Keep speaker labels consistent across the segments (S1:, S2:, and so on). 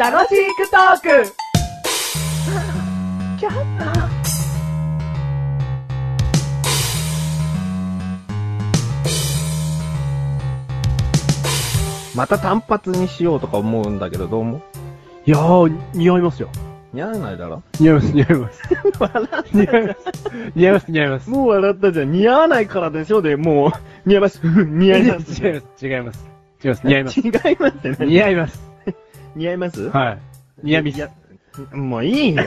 S1: 楽しくトーク
S2: また単発にしようとか思うんだけど、どうも
S3: いやー、似合いますよ。
S2: 似合わないだろ
S3: 似合います、似合います。似合います。似合います、似合います。
S2: もう笑ったじゃん。似合わないからでしょで、もう、似合います。 似合います。
S3: 違います、違います。違います、似合います。
S2: 違いますって何
S3: 似合います。
S2: 似合います
S3: はい。似合いま
S2: いや
S3: す。
S2: もういい よ。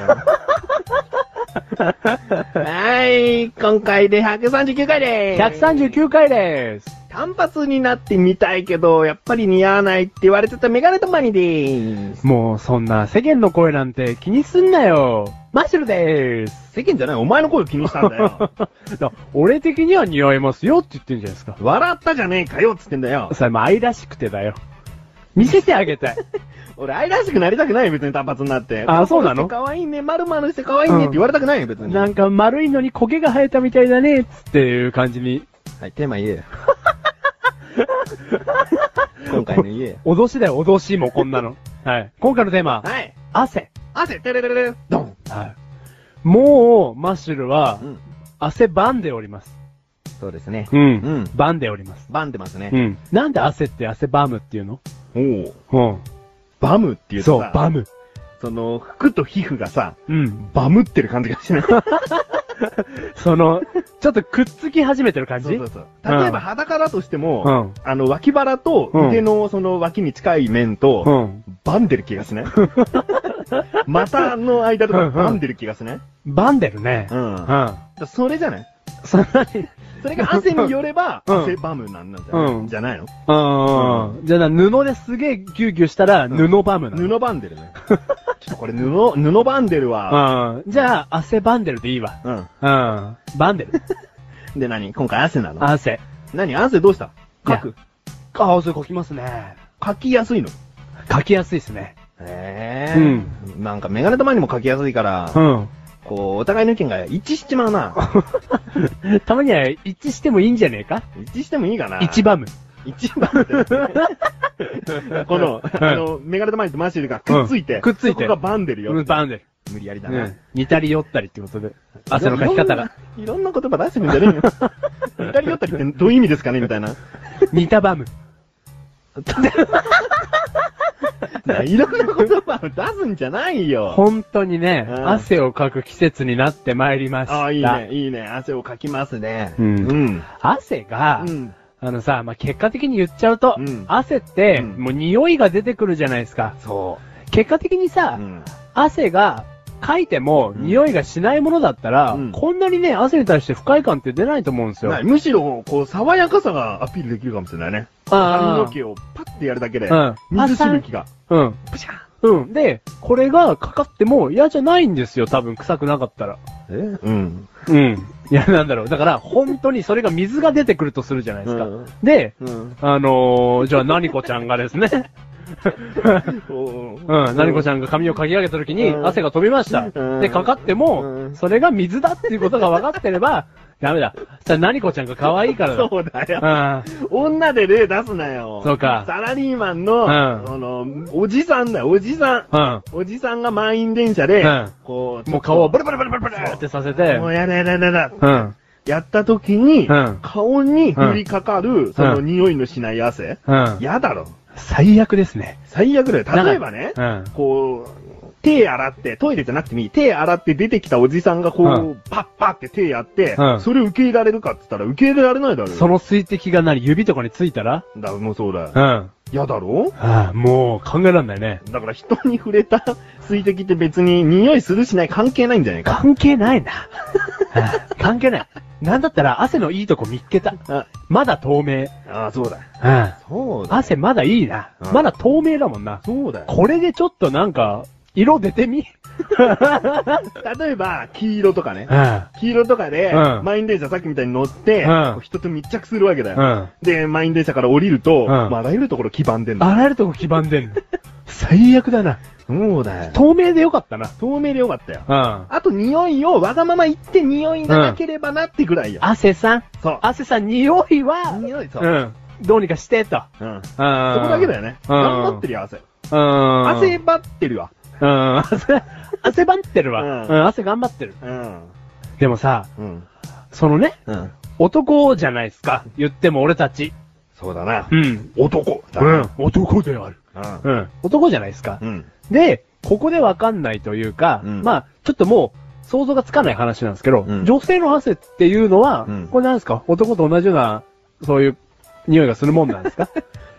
S2: はい、今回で139回でーす。
S3: 139回でーす。
S2: 単発になってみたいけど、やっぱり似合わないって言われてたメガネとマニでーす。
S3: もう、そんな世間の声なんて気にすんなよ。マッシュルでーす。
S2: 世間じゃない、お前の声を気にしたんだよ。
S3: だ 俺的には似合いますよって言ってんじゃないですか。
S2: 笑ったじゃねえかよっつってんだよ。
S3: それも愛らしくてだよ。見せてあげたい。
S2: 俺、愛らしくなりたくないよ、別に単発になって。
S3: あそうなの
S2: 可愛いね、丸々して可愛いねって言われたくないよ、別に。
S3: なんか丸いのに苔が生えたみたいだね、つっていう感じに。
S2: はい、テーマ言えよ。今回の言えよ。
S3: 脅しだよ、脅しもこんな の。はい。今回のテーマ、
S2: はい、
S3: 汗。
S2: 汗、てれれれれ、ドン。
S3: はい。もう、マッシュルは
S2: う、ん、
S3: 汗ばんでおります。
S2: そうですね。
S3: う。
S2: うんん、
S3: ばんでおります。
S2: バンってます
S3: う
S2: ね。
S3: ん。なんで汗って汗ばむっていうの
S2: おお。
S3: う。
S2: バムっていうんと
S3: そう
S2: さ、、
S3: バム。
S2: その、服と皮膚がさ、
S3: うん。
S2: バムってる感じがしない。そう
S3: そ の、ちょっとくっつき始めてる感じ
S2: そうそう。例え
S3: うん
S2: ば裸だとしても、
S3: うん
S2: あの、脇腹と腕のその脇に近い面と、
S3: うん。
S2: バンでる気がし ない股の間とかバンでる気がしない
S3: ばんでるね。
S2: うん。
S3: う
S2: だか
S3: ん。
S2: らそれじゃない
S3: そんなに、
S2: それが汗によれば、
S3: うん
S2: 汗バムなんなんじゃない,、
S3: うん
S2: じゃないの
S3: うん。じゃあな、布ですげえギュウギュウしたら、
S2: ん
S3: 布バムなの。
S2: 布バンデル ね。ちょっとこれ布、布バンデルは、
S3: うん。じゃあ、汗ばんでるでいいわ。
S2: うん。
S3: うん。ばんでる。
S2: で何今回汗なの
S3: 汗。
S2: 何汗どうした
S3: いや
S2: かく。
S3: ああ、それ書きますね。
S2: 書きやすいの。
S3: 書きやすいですね。
S2: へー。うん。なんかメガネ玉にも書きやすいから、
S3: うん。
S2: こう、お互いの意見が一致しちまうな。
S3: たまには一致してもいいんじゃねえか
S2: 一致してもいいかな
S3: 一。バム。
S2: 一番って。 この、あの、メガネ玉にとマッシュルがくっついて、
S3: うんくっついて
S2: そこがバンデルよ。
S3: うん、バンでる。
S2: 無理やりだ
S3: う
S2: な。
S3: ん。似たり寄ったりってことで。汗の書き方が。
S2: いろんな。いろんな言葉出してくんじゃねえよ。似たり寄ったりってどういう意味ですかねみたいな。
S3: 似たバム。
S2: いろんな言葉を出すんじゃないよ。
S3: 本当にね、
S2: うん
S3: 汗をかく季節になってまいりました。
S2: ああ、いいね、いいね。汗をかきますね。
S3: うん
S2: うん。
S3: 汗が、
S2: うん。
S3: あのさ、まあ、結果的に言っちゃうと、
S2: うん
S3: 汗って、
S2: うん
S3: もう匂いが出てくるじゃないですか。
S2: そ
S3: 結果的に
S2: う。
S3: さ、
S2: うん。
S3: 汗が、かいても、
S2: うん
S3: 匂いがしないものだったら、
S2: うん
S3: こんなにね、汗に対して不快感って出ないと思うんですよ。
S2: ないむしろ、こう、爽やかさがアピールできるかもしれないね。髪
S3: あ
S2: の毛をパッてやるだけで、
S3: あ、うん。
S2: 水しぶきが、
S3: うん。
S2: プシャー
S3: うん。で、これがかかっても嫌じゃないんですよ、多分臭くなかったら。
S2: えうん。
S3: うん。いや、なんだろう。だから、本当にそれが水が出てくるとするじゃないですか。
S2: うん
S3: で、
S2: うん。
S3: あのー、じゃあ、なにこちゃんがです ね、うん、なにこち
S2: ゃん。
S3: ゃんが髪をかき上げた時に
S2: うん
S3: 汗が飛びました。
S2: うん
S3: で、かかって
S2: う
S3: も、
S2: ん
S3: それが水だっていうことが分かってれば、 ダメだ。じゃあ、なにこちゃんが可愛いからだ。
S2: そうだよ。
S3: うん。
S2: 女で例出すなよ。
S3: そうか
S2: サラリーマンの、
S3: うん
S2: その、おじさんだよ、おじさん。
S3: うん。
S2: おじさんが満員電車で、
S3: うん
S2: こう、
S3: もう顔をブ
S2: ルブルブルブルブル
S3: ってさせて
S2: も、うやだやだやだやだ。
S3: うん。
S2: やった時に、
S3: うん
S2: 顔に降りかかる、その匂いのしない汗。
S3: うん。
S2: やだろ。
S3: 最悪ですね。
S2: 最悪だよ。例えばね、
S3: なんか
S2: こう、手洗って、トイレじゃなくてもいい。手洗って出てきたおじさんがこう、
S3: うん
S2: パッパって手やって、
S3: うん
S2: それ受け入れられるかって言ったら受け入れられないだろ
S3: う
S2: よ。
S3: ん。その水滴がなり指とかについたら、
S2: だ、もうそうだよ。
S3: うん。
S2: やだろ
S3: ああ、もう考えらんないね。
S2: だから人に触れた 水滴って別に匂いするしない関係ないんじゃないか。
S3: 関係ないな。 ああ関係ない。なんだったら汗のいいとこ見っけた。
S2: あ、
S3: まだ透明。
S2: ああ、そうだ。
S3: うん。
S2: そうだ。
S3: 汗まだいいな
S2: う。ん
S3: まだ透明だもんな。
S2: そうだよ。
S3: これでちょっとなんか、色出てみ
S2: 例えば、黄色とかね
S3: う。ん。
S2: 黄色とかで、
S3: うん
S2: 満員電車さっきみたいに乗って、
S3: うん
S2: こう人と密着するわけだ
S3: う
S2: よ。
S3: ん。
S2: で、満員電車から降りると、
S3: ん
S2: まあ、あらゆるところ黄ばんでんの。
S3: あらゆるとこ黄ばんでんの。 最悪だな。
S2: そうだよ。
S3: 透明でよかったな。
S2: 透明でよかったよ。
S3: うん。
S2: あと、匂いをわがまま言って匂いがなければなってぐらいよ。
S3: 汗さん。
S2: そう。
S3: 汗さん、匂いは、
S2: 匂い、そうう。
S3: ん。どうにかして、と。
S2: うん。
S3: そこ
S2: そこだけだよね。頑張って
S3: る。
S2: るよ、汗。
S3: うん。
S2: 汗ばってるわ。
S3: うん、汗、汗ばってるわ。
S2: うん
S3: うん、汗頑張ってる。
S2: うん。
S3: でもさ、
S2: うん。
S3: そのね、
S2: うん。
S3: 男じゃないですか。言っても俺たち。
S2: そうだな。
S3: ん。
S2: 男だ
S3: う
S2: な。
S3: ん。男である。
S2: う
S3: うん。男じゃないですか。
S2: ん。うん。
S3: で、ここでわかんないというか、
S2: うん
S3: まあ、ちょっともう、想像がつかない話なんですけど、
S2: うん
S3: 女性の汗っていうのは、
S2: うん
S3: これなんですか男と同じような、そういう、匂いがするもんなんです か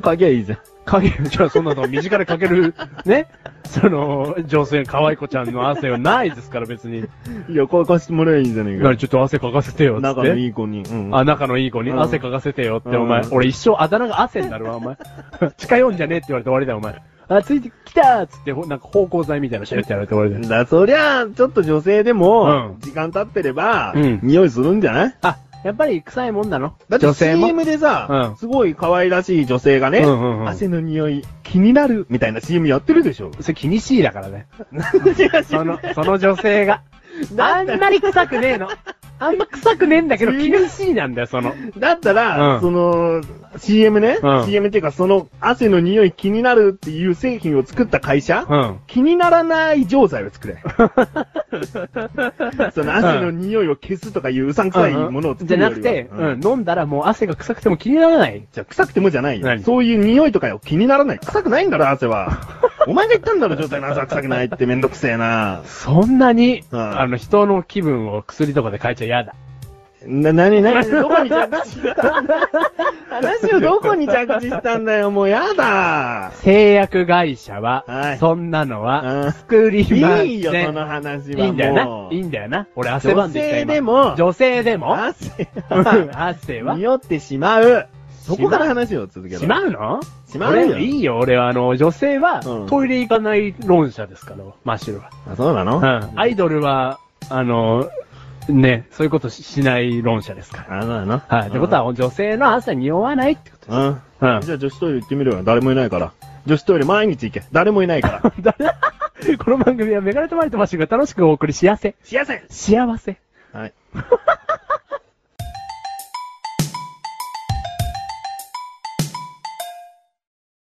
S2: かけいいじゃん。
S3: 影、じゃあそんなの身近でかける、ねその、女性、可愛い子ちゃんの汗はないですから別に。
S2: いや、乾かしてもらえばいいんじゃねえ
S3: な
S2: か
S3: に。ちょっと汗かかせてよ、つって。
S2: 仲のいい子に。うん
S3: あ、仲のいい子に
S2: うん
S3: 汗かかせてよって、お前
S2: う。ん
S3: 俺一生あだ名が汗になるわ、お前。 近寄んじゃねえって言われて終わりだよ、お前。あ、ついてきたーっつって、ほなんか芳香剤みたいなのしゃべってやられて終わりだよ。
S2: だ、そりゃ、ちょっと女性で
S3: う
S2: も
S3: ん、
S2: 時間経ってれば、
S3: うん
S2: 匂いするんじゃない
S3: あ、やっぱり臭いもんなの
S2: だって
S3: 女性も。
S2: CM で
S3: う
S2: さ
S3: ん、
S2: すごい可愛らしい女性がね
S3: うんうんう、ん
S2: 汗の匂い気になるみたいな CM やってるで しょ。
S3: それ気にしいだからね。そ
S2: そ
S3: の、その女性が。あ
S2: なん
S3: ん
S2: だ
S3: まり臭くねえの。あんま臭くねえんだけど、気にしいなんだよ、その。
S2: だったら、
S3: うん
S2: その、CM ね、
S3: うん
S2: CM っていうか、その汗の匂い気になるっていう製品を作った会社、
S3: うん。
S2: 気にならない錠剤を作 れ。その汗の匂いを消すとかいううさんくさいものを作
S3: じゃ
S2: るよ
S3: な
S2: りは
S3: くて、
S2: う
S3: うんん、飲んだらもう汗が臭くても気にならない。
S2: じゃあ臭くてもじゃないよ。
S3: 何
S2: そういう匂いとかよ、気にならない。臭くないんだろ、汗 は。お前が言ったんだろ、状態の汗は臭くないってめんどくせえな。
S3: そんなに、
S2: うん
S3: あの、人の気分を薬とかで変えちゃ嫌だ。
S2: な、な になに、どこに着地したんだ話をどこに着地したんだよ、もうやだ。
S3: 製薬会社は、
S2: はい
S3: そんなのは、
S2: うん
S3: 作りません。
S2: いいよ、その話
S3: いいんだよ
S2: は
S3: な
S2: も。う。
S3: いいんだよな。俺汗ばんできた今
S2: 女性でも
S3: 女性でも
S2: 汗
S3: うん
S2: は、
S3: 汗は
S2: 匂ってしまう。そこから話を続けろ。
S3: しまうの
S2: しまうよ
S3: 俺いいよ、俺はあの、女性は、
S2: うん
S3: トイレ行かない論者ですから、マッシュルは。
S2: あ、そうなの
S3: うん。アイドルは、あの、ね、そういうことししない論者ですか
S2: あ、そうなの
S3: ら。はい。ってこと、は、女性の汗匂わないってことです。
S2: うん。
S3: うん。
S2: じゃあ女子トイレ行ってみるよ。誰もいないから。女子トイレ毎日行け。誰もいない から。
S3: この番組はメガネとマリとマッシュルが楽しくお送りしやせ。
S2: 幸せ
S3: 幸せ。
S2: はい。